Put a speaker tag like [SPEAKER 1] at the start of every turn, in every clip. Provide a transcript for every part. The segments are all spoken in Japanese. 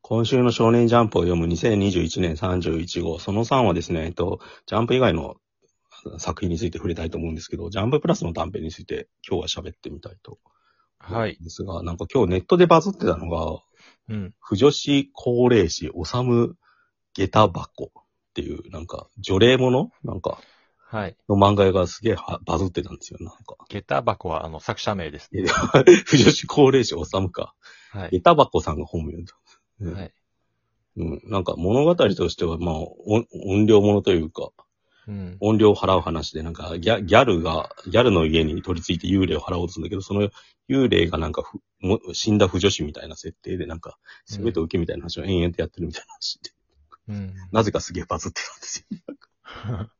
[SPEAKER 1] 今週の少年ジャンプを読む2021年31号、その3はですね、えっと、ジャンプ以外のあ作品について触れたいと思うんですけど、ジャンププラスの短編について今日は喋ってみたいと。
[SPEAKER 2] はい。。
[SPEAKER 1] ですが、なんか今日ネットでバズってたのが、
[SPEAKER 2] うん。
[SPEAKER 1] 不女子高齢士おさむ下駄箱っていう、なんか、除霊者なんか、
[SPEAKER 2] はい。
[SPEAKER 1] の漫画がすげえはバズってたんですよ、なんか。
[SPEAKER 2] 下駄箱は、あの、作者名です
[SPEAKER 1] い
[SPEAKER 2] ね。
[SPEAKER 1] や不女子高齢士おさむか。
[SPEAKER 2] はい。
[SPEAKER 1] 下駄箱さんが本名だ。うん
[SPEAKER 2] はい。
[SPEAKER 1] うん、なんか物語としては、まあ、音音量ものというか、
[SPEAKER 2] うん。
[SPEAKER 1] 音量を払う話で、なんかギャ、ギャルが、ギャルの家に取り付いて幽霊を払おうとするんだけど、その幽霊がなんかふも、死んだ不女子みたいな設定で、なんか、すべて受けみたいな話を延々とやってるみたいな話で、
[SPEAKER 2] うん。
[SPEAKER 1] なぜかすげえバズってたんですよ。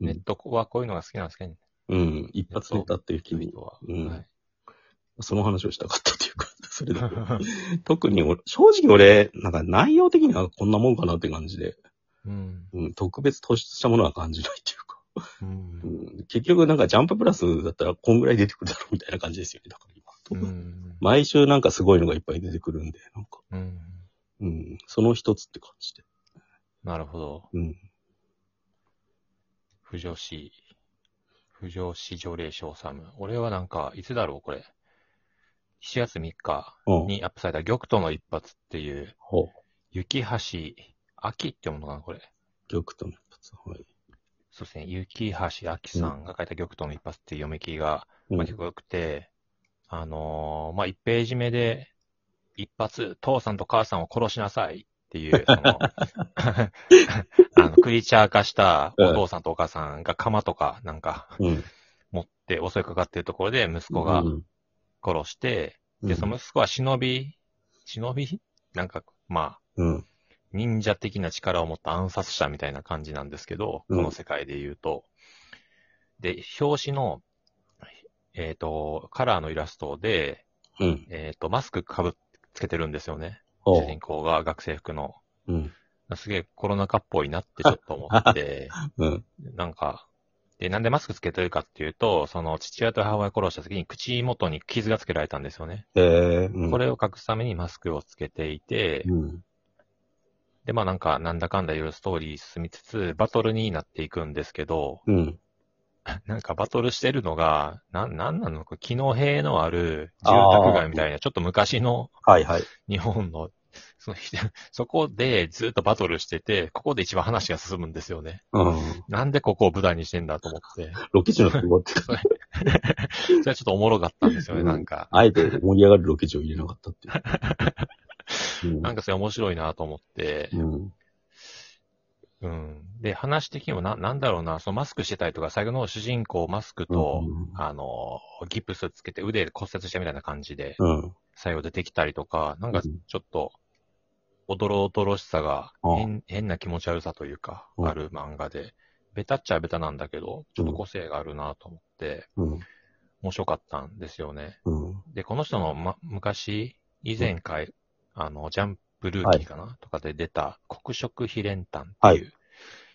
[SPEAKER 2] ネットはこういうのが好きなんですけどね。
[SPEAKER 1] うん、一発ネタっていう気に、
[SPEAKER 2] 人は。
[SPEAKER 1] うん
[SPEAKER 2] はい
[SPEAKER 1] その話をしたかったというか、 それだけ。特に俺、正直俺、なんか内容的にはこんなもんかなって感じで、
[SPEAKER 2] うん。
[SPEAKER 1] うん、特別突出したものは感じないっていうか。
[SPEAKER 2] うん
[SPEAKER 1] うん結局なんかジャンププラスだったらこんぐらい出てくるだろうみたいな感じですよね。だから
[SPEAKER 2] う
[SPEAKER 1] 今。
[SPEAKER 2] ん。
[SPEAKER 1] 毎週なんかすごいのがいっぱい出てくるんで、なんか、
[SPEAKER 2] うん。
[SPEAKER 1] うん、その一つって感じで。
[SPEAKER 2] なるほど。
[SPEAKER 1] うん。
[SPEAKER 2] 不女子。不女子条例賞サム。俺はなんか、いつだろう、これ。7月3日
[SPEAKER 1] うん。
[SPEAKER 2] にアップされた玉都の一発っていう、
[SPEAKER 1] ほう。
[SPEAKER 2] 雪橋、秋ってものかな、これ。
[SPEAKER 1] 玉との一発。はい。
[SPEAKER 2] そうですね。雪橋秋さんが書いた玉都の一発っていう読み切りが、
[SPEAKER 1] うん
[SPEAKER 2] まあ、結構良くて、あのーまあ、1ページ目で、一発、父さんと母さんを殺しなさいっていう、その、あの、クリーチャー化したお父さんとお母さんが釜とかなんか
[SPEAKER 1] うん。
[SPEAKER 2] 持って襲いかかってるところで息子が
[SPEAKER 1] うん
[SPEAKER 2] 殺して、で、その、息子は忍び、忍びなんか、まあ、
[SPEAKER 1] うん。
[SPEAKER 2] 忍者的な力を持った暗殺者みたいな感じなんですけど、
[SPEAKER 1] うん
[SPEAKER 2] この世界で言うと。で、表紙の、えっ、と、カラーのイラストで、
[SPEAKER 1] うん。
[SPEAKER 2] えっ、と、マスクかぶっつけてるんですよね。
[SPEAKER 1] ほ
[SPEAKER 2] 主人公が学生服の。
[SPEAKER 1] う。うん。
[SPEAKER 2] すげえコロナ禍っぽいなってちょっと思 って、
[SPEAKER 1] うん。
[SPEAKER 2] なんか、で、なんでマスクつけてるかっていうと、その父親と母親を殺した時に口元に傷がつけられたんですよね。
[SPEAKER 1] えー、うん。
[SPEAKER 2] これを隠すためにマスクをつけていて、
[SPEAKER 1] うん。
[SPEAKER 2] で、まあなんか、なんだかんだいろいろストーリー進みつつ、バトルになっていくんですけど、
[SPEAKER 1] うん。
[SPEAKER 2] なんかバトルしてるのが、なん、なんなのか、機能兵のある住宅街みたいな、ちょっと昔の
[SPEAKER 1] はいはい。
[SPEAKER 2] 日本の、その、そこでずっとバトルしてて、ここで一番話が進むんですよね。
[SPEAKER 1] うん。
[SPEAKER 2] なんでここを舞台にしてんだと思って、
[SPEAKER 1] ロケ地の都合って、
[SPEAKER 2] それはちょっとおもろかったんですよね、
[SPEAKER 1] うん
[SPEAKER 2] なんか。
[SPEAKER 1] あえて盛り上がるロケ地を入れなかったって いう。うん
[SPEAKER 2] なんかそれ面白いなと思って、
[SPEAKER 1] うん。
[SPEAKER 2] うん。で、話的にもな、なんだろうな、そのマスクしてたりとか、最後の主人公マスク
[SPEAKER 1] うん
[SPEAKER 2] と、あの、ギプスつけて腕で骨折したみたいな感じで、
[SPEAKER 1] うん。
[SPEAKER 2] 最後出てきたりとか、なんか
[SPEAKER 1] うん
[SPEAKER 2] ちょっと、おどろおどろしさが
[SPEAKER 1] ああ
[SPEAKER 2] 変、変な気持ち悪さというか、
[SPEAKER 1] うん
[SPEAKER 2] ある漫画で、ベタっちゃベタなんだけど、ちょっと個性があるなと思って、
[SPEAKER 1] うん。
[SPEAKER 2] 面白かったんですよね。
[SPEAKER 1] うん。
[SPEAKER 2] で、この人の、ま、昔、以前回、あの、ジャンプルーキーかな、とかで出た、黒色非連単っていう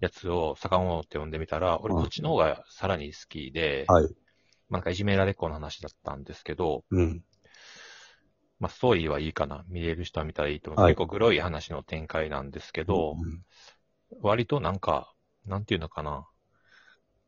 [SPEAKER 2] やつを遡って読んでみたら、俺
[SPEAKER 1] うん
[SPEAKER 2] こっちの方がさらに好きで、
[SPEAKER 1] はい。
[SPEAKER 2] まあなんかいじめられっ子の話だったんですけど、
[SPEAKER 1] うん。
[SPEAKER 2] まあ、ストーリーはいいかな。見れる人は見たらいいと思う。
[SPEAKER 1] はい
[SPEAKER 2] 結構グロい話の展開なんですけど、
[SPEAKER 1] うん
[SPEAKER 2] 割となんか、なんていうのかな。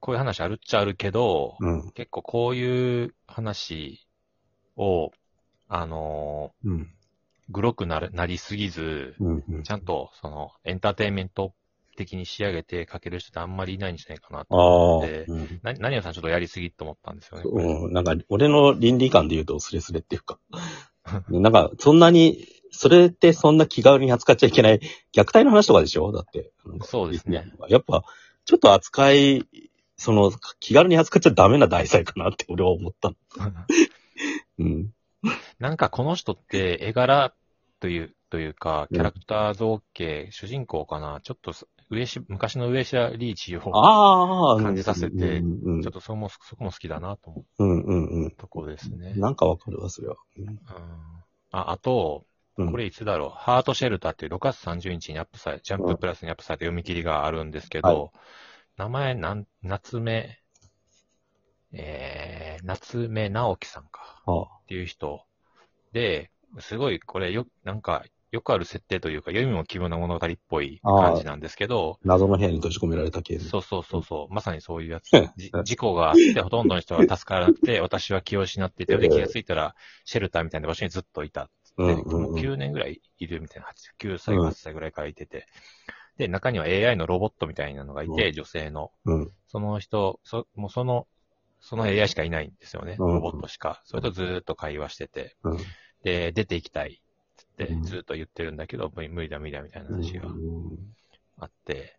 [SPEAKER 2] こういう話あるっちゃあるけど、
[SPEAKER 1] うん。
[SPEAKER 2] 結構こういう話を、あの
[SPEAKER 1] うん。
[SPEAKER 2] ーグロくなるなりすぎず、
[SPEAKER 1] うん。うん
[SPEAKER 2] ちゃんと、その、エンターテインメント的に仕上げて書ける人ってあんまりいないんじゃないかなと。
[SPEAKER 1] ああ。
[SPEAKER 2] で
[SPEAKER 1] うん
[SPEAKER 2] な、何屋さんちょっとやりすぎと思ったんですよね。
[SPEAKER 1] うん。なんか、俺の倫理観で言うと、スレスレっていう か。なんか、そんなに、それってそんな気軽に扱っちゃいけない、虐待の話とかでしょだって。なんか
[SPEAKER 2] そうですね。
[SPEAKER 1] やっぱ、ちょっと扱い、その、気軽に扱っちゃダメな題材かなって俺は思った。うん。
[SPEAKER 2] なんかこの人って絵柄という、というか、
[SPEAKER 1] うん
[SPEAKER 2] キャラクター造形、主人公かな、ちょっとす上し、昔の上下リーチを、ちょ
[SPEAKER 1] ああ。
[SPEAKER 2] 感じさせて
[SPEAKER 1] うんうん
[SPEAKER 2] っとそこも、そこも好きだなと思う
[SPEAKER 1] うんうんうん。
[SPEAKER 2] ところですね。
[SPEAKER 1] なんかわかるわ、それは。うん
[SPEAKER 2] うん、あ、あと、
[SPEAKER 1] うん
[SPEAKER 2] これいつだろう、ハートシェルターっていう6月30日にアップされ、ジャンププラスにアップされた読み切りがあるんですけど、名前なん、夏目、えー、夏目直樹さんか。
[SPEAKER 1] ああ。
[SPEAKER 2] っていう人で、すごいこれよ、なんかよくある設定というか、読みも奇妙な物語っぽい
[SPEAKER 1] あー
[SPEAKER 2] 感じなんですけど、
[SPEAKER 1] 謎の部屋に閉じ込められた系ね。
[SPEAKER 2] そうそうそうそう、まさにそういうやつ。じ事故があって、ほとんどの人は助からなくて、私は気を失っていて、で気がついたら、シェルターみたいな場所にずっといた。
[SPEAKER 1] うん
[SPEAKER 2] で、
[SPEAKER 1] うん
[SPEAKER 2] もう
[SPEAKER 1] うん。
[SPEAKER 2] 9年ぐらいいるみたいな、8 9歳、
[SPEAKER 1] うん
[SPEAKER 2] 8歳ぐらいからいてて。で、中には AI のロボットみたいなのがいて、
[SPEAKER 1] う
[SPEAKER 2] 女性の。
[SPEAKER 1] うん。
[SPEAKER 2] その人、そ、もうその、その AI しかいないんですよね。
[SPEAKER 1] うん
[SPEAKER 2] ロボットしか。それとずーっと会話してて。
[SPEAKER 1] うん。
[SPEAKER 2] で、出て行きたい。つって
[SPEAKER 1] うん、
[SPEAKER 2] ずーっと言ってるんだけど、無理無理だ無理だみたいな話があって。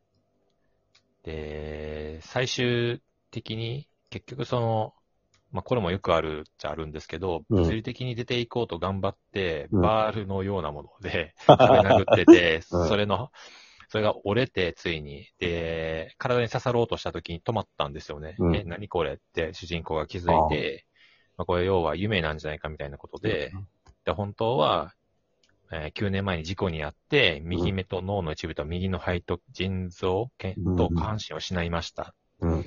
[SPEAKER 2] で、最終的に、結局その、まあ、これもよくあるっちゃあるんですけど、
[SPEAKER 1] うん
[SPEAKER 2] 物理的に出ていこうと頑張って、
[SPEAKER 1] うん
[SPEAKER 2] バールのようなもの で、壁殴ってて、
[SPEAKER 1] うん
[SPEAKER 2] それの、それが折れて、ついに、で、体に刺さろうとした時に止まったんですよね。
[SPEAKER 1] うん
[SPEAKER 2] え、何これって主人公が気づいて、まあ、これ要は夢なんじゃないかみたいなことで、で本当は、えー9年前に事故にあって、右目と脳の一部と右の肺と腎臓、け
[SPEAKER 1] うん
[SPEAKER 2] んと下半身を失いました。
[SPEAKER 1] うん。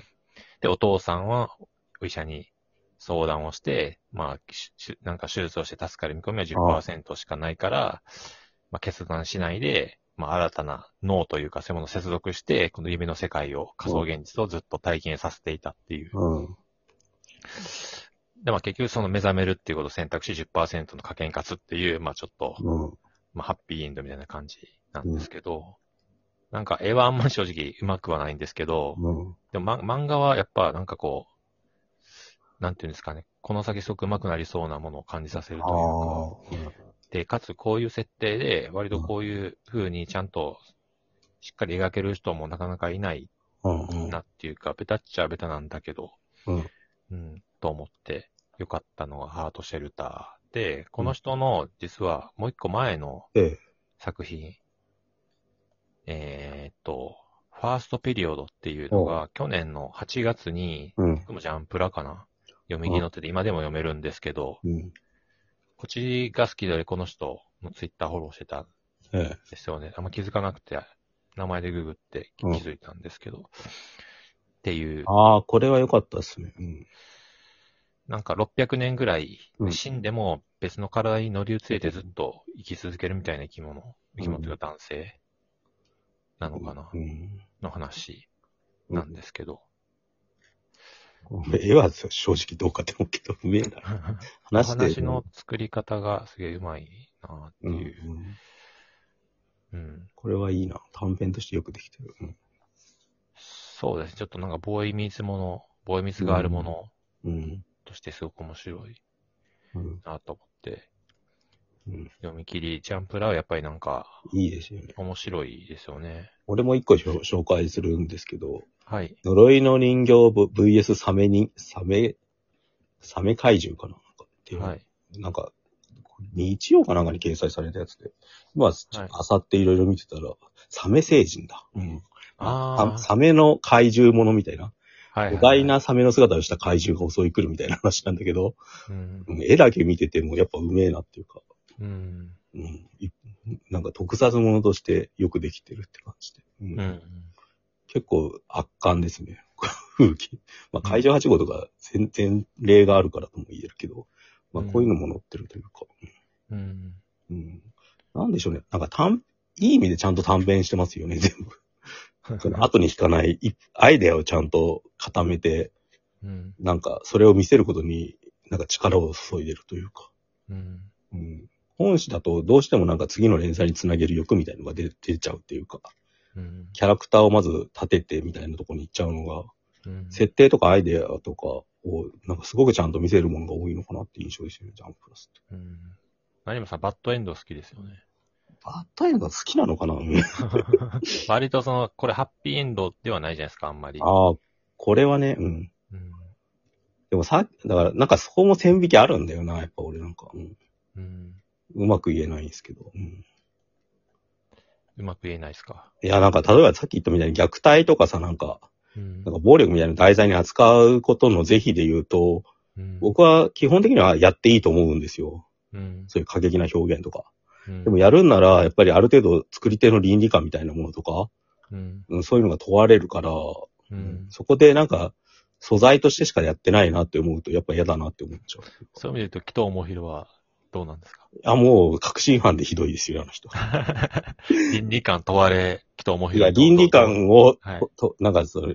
[SPEAKER 2] で、お父さんはお医者に相談をして、まあ、ししなんか手術をして助かる見込みは10%しかないから、まあ、決断しないで、まあ、新たな脳というか、そういうものを接続して、この夢の世界を仮想現実をずっと体験させていたっていう。
[SPEAKER 1] うん。うん
[SPEAKER 2] で、まあ、結局その目覚めるっていうことを選択し10%の加減勝つっていう、まあ、ちょっと、
[SPEAKER 1] うん。
[SPEAKER 2] まあ、ハッピーエンドみたいな感じなんですけど、なんか絵はあんまり正直うまくはないんですけど、
[SPEAKER 1] うん。
[SPEAKER 2] でも、ま、漫画はやっぱなんかこう、なんていうんですかね、この先すごく上手くなりそうなものを感じさせる
[SPEAKER 1] あ
[SPEAKER 2] というか、
[SPEAKER 1] あ。
[SPEAKER 2] で、かつこういう設定で、割とこういう風にちゃんとしっかり描ける人もなかなかいない
[SPEAKER 1] うん。うん。
[SPEAKER 2] なっていうか、ベタっちゃベタなんだけど、
[SPEAKER 1] うん
[SPEAKER 2] うんと思って、よかったのがハートシェルターで、この人の実はもう一個前の
[SPEAKER 1] ええ。
[SPEAKER 2] 作品、えーっと、ファーストペリオドっていうのが、去年の8月に、
[SPEAKER 1] うん。
[SPEAKER 2] 僕もジャンプラかな読み切り載ってて、今でも読めるんですけど、
[SPEAKER 1] うん。
[SPEAKER 2] こっちが好きで、この人のツイッターフォローしてたん
[SPEAKER 1] ええ。
[SPEAKER 2] ですよね。あんま気づかなくて、名前でググって気
[SPEAKER 1] うん
[SPEAKER 2] づいたんですけど、っていう、
[SPEAKER 1] ああ、これは良かったですね。うん。
[SPEAKER 2] なんか600年ぐらい
[SPEAKER 1] うん
[SPEAKER 2] 死んでも別の体に乗り移れてずっと生き続けるみたいな生き物、
[SPEAKER 1] ん
[SPEAKER 2] 生き物というか男性なのかな
[SPEAKER 1] う、ん。
[SPEAKER 2] の話なんですけど。
[SPEAKER 1] 絵は正直どうかって思うけど、不明な。
[SPEAKER 2] お
[SPEAKER 1] 話で
[SPEAKER 2] 話の作り方がすげえうまいなって
[SPEAKER 1] うんう
[SPEAKER 2] いう。
[SPEAKER 1] ん。
[SPEAKER 2] うん
[SPEAKER 1] これはいいな。短編としてよくできてる。うん
[SPEAKER 2] そうですね。ちょっとなんか、ボーイミーツもの、ボーイミーツがあるもの
[SPEAKER 1] うん。
[SPEAKER 2] としてすごく面白い
[SPEAKER 1] うん。
[SPEAKER 2] なと思って、
[SPEAKER 1] うん。
[SPEAKER 2] 読み切り、ジャンプラはやっぱりなんか、
[SPEAKER 1] いいですよね。
[SPEAKER 2] 面白いですよね。
[SPEAKER 1] 俺も一個紹紹介するんですけど、
[SPEAKER 2] はい。
[SPEAKER 1] 呪いの人形 VS サメに、サメ、サメ怪獣かななんかっていう、
[SPEAKER 2] はい。
[SPEAKER 1] なんか、日曜かなんかに掲載されたやつで、今、あさっていろいろ見てたら、サメ星人だ。うん。
[SPEAKER 2] あー
[SPEAKER 1] ササメの怪獣ものみたいな。
[SPEAKER 2] はい。
[SPEAKER 1] 巨大なサメの姿をした怪獣が襲い来るみたいな話なんだけど、
[SPEAKER 2] うん。
[SPEAKER 1] うん絵だけ見ててもやっぱうめえなっていうか、
[SPEAKER 2] うん。
[SPEAKER 1] うん、いなんか特撮ものとしてよくできてるって感じで。うん
[SPEAKER 2] うん。
[SPEAKER 1] 結構圧巻ですね。 風景。まあ、海上8号とか全然例があるからとも言えるけど、まあ、こういうのも載ってるというか、
[SPEAKER 2] うん。
[SPEAKER 1] うん。なんでしょうね。なんか短、いい意味でちゃんと短編してますよね、全部。 その後に引かない、いアイデアをちゃんと固めて、
[SPEAKER 2] うん。
[SPEAKER 1] なんか、それを見せることに、なんか力を注いでるというか。
[SPEAKER 2] うん。
[SPEAKER 1] うん。本誌だと、どうしてもなんか次の連載につなげる欲みたいのが出出ちゃうっていうか、
[SPEAKER 2] うん。
[SPEAKER 1] キャラクターをまず立ててみたいなとこに行っちゃうのが、
[SPEAKER 2] うん
[SPEAKER 1] 設定とかアイデアとかを、なんかすごくちゃんと見せるものが多いのかなって印象ですよね、ジャンプラスって。
[SPEAKER 2] うん。何もさん、バッドエンド好きですよね。
[SPEAKER 1] バッドエンドが好きなのかなうん
[SPEAKER 2] 割とその、これハッピーエンドではないじゃないですか、あんまり。
[SPEAKER 1] ああ、これはね、うん。
[SPEAKER 2] うん。
[SPEAKER 1] でもさ、だからなんかそこも線引きあるんだよな、やっぱ俺なんか。うん、
[SPEAKER 2] うん。
[SPEAKER 1] うまく言えないんですけど。うん、
[SPEAKER 2] うまく言えないですか。
[SPEAKER 1] いや、なんか例えばさっき言ったみたいに虐待とかさ、なんか、
[SPEAKER 2] うん
[SPEAKER 1] なんか暴力みたいな題材に扱うことの是非で言うと、
[SPEAKER 2] うん
[SPEAKER 1] 僕は基本的にはやっていいと思うんですよ。
[SPEAKER 2] うん。
[SPEAKER 1] そういう過激な表現とか。
[SPEAKER 2] うん
[SPEAKER 1] でも、やるんなら、やっぱりある程度作り手の倫理観みたいなものとか、
[SPEAKER 2] うん。
[SPEAKER 1] うん、そういうのが問われるから、
[SPEAKER 2] うん。
[SPEAKER 1] そこでなんか、素材としてしかやってないなって思うと、やっぱ嫌だなって思っちゃう。
[SPEAKER 2] そういう意味で言うと、紀藤もひろは、どうなんですか
[SPEAKER 1] あ、もう、確信犯でひどいですよ、あの人。
[SPEAKER 2] 倫理観問われ、きっと思い
[SPEAKER 1] いや、倫理観を、
[SPEAKER 2] はい
[SPEAKER 1] と、なんか、それ、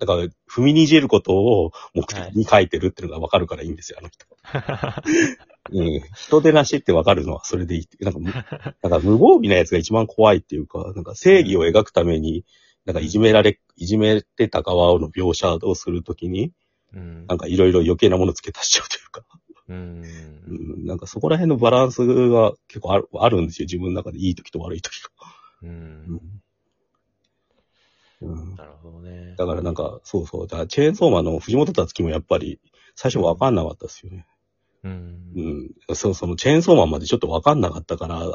[SPEAKER 1] だから、踏みにじることを目的に書いてるっていうのがわかるからいいんですよ、あ の人。うん。人手なしってわかるのはそれでいいって。なんか む、なんか無防備なやつが一番怖いっていうか、なんか正義を描くために、なんかいじめられ、いじめてた側の描写をするときに、
[SPEAKER 2] うん
[SPEAKER 1] なんかいろいろ余計なもの付け足しちゃうというか、
[SPEAKER 2] うん。
[SPEAKER 1] うん、なんかそこら辺のバランスが結構あるあるんですよ、自分の中でいい時と悪い時とか。
[SPEAKER 2] うん。
[SPEAKER 1] うん
[SPEAKER 2] なるほどね。
[SPEAKER 1] だからなんか、そうそう、だからチェーンソーマンの藤本達樹もやっぱり、最初わかんなかったですよね。
[SPEAKER 2] う。
[SPEAKER 1] うんん。そう、そのチェーンソーマンまでちょっとわかんなかったから、
[SPEAKER 2] う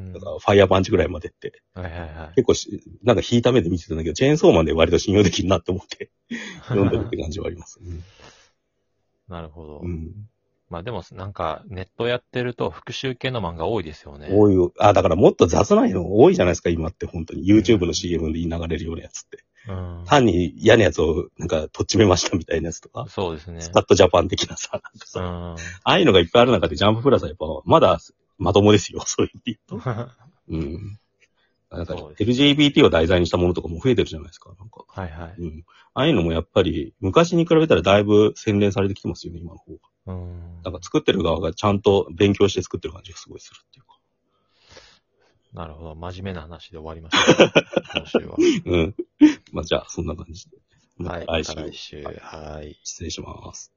[SPEAKER 2] ん
[SPEAKER 1] だからファイヤーパンチぐらいまでって、
[SPEAKER 2] はいはいはい。
[SPEAKER 1] 結構し、なんか引いた目で見てたんだけど、チェーンソーマンで割と信用できるなって思って、読んでる って感じはあります、ね。
[SPEAKER 2] なるほど
[SPEAKER 1] う。ん。
[SPEAKER 2] まあでも、なんか、ネットやってると復習系の漫画多いですよね。
[SPEAKER 1] 多いよ。あ、だからもっと雑なの多いじゃないですか、今って本当に。YouTube の CM で流れるようなやつって。
[SPEAKER 2] うん。
[SPEAKER 1] 単に嫌なやつを、なんか、とっちめましたみたいなやつとか。
[SPEAKER 2] そうですね。
[SPEAKER 1] スタッドジャパン的なさ、なんか
[SPEAKER 2] う
[SPEAKER 1] さ、あ
[SPEAKER 2] ん。
[SPEAKER 1] あいうのがいっぱいある中でジャンププラスはやっぱ、まだ、まともですよ、 そういうと。
[SPEAKER 2] は
[SPEAKER 1] うん。なんか、
[SPEAKER 2] そう
[SPEAKER 1] LGBT を題材にしたものとかも増えてるじゃないですか、なんか。
[SPEAKER 2] いはい。
[SPEAKER 1] うん。ああいうのもやっぱり、昔に比べたらだいぶ洗練されてきてますよね、今の方が。
[SPEAKER 2] うん
[SPEAKER 1] なんか作ってる側がちゃんと勉強して作ってる感じがすごいするってい
[SPEAKER 2] なるほど。真面目な話で終わりました。今週
[SPEAKER 1] う
[SPEAKER 2] は。
[SPEAKER 1] か。うん。まあじゃあ、そんな感じで。ま
[SPEAKER 2] はい。
[SPEAKER 1] た来
[SPEAKER 2] ま
[SPEAKER 1] 週
[SPEAKER 2] た。来週。はい。
[SPEAKER 1] 失礼します。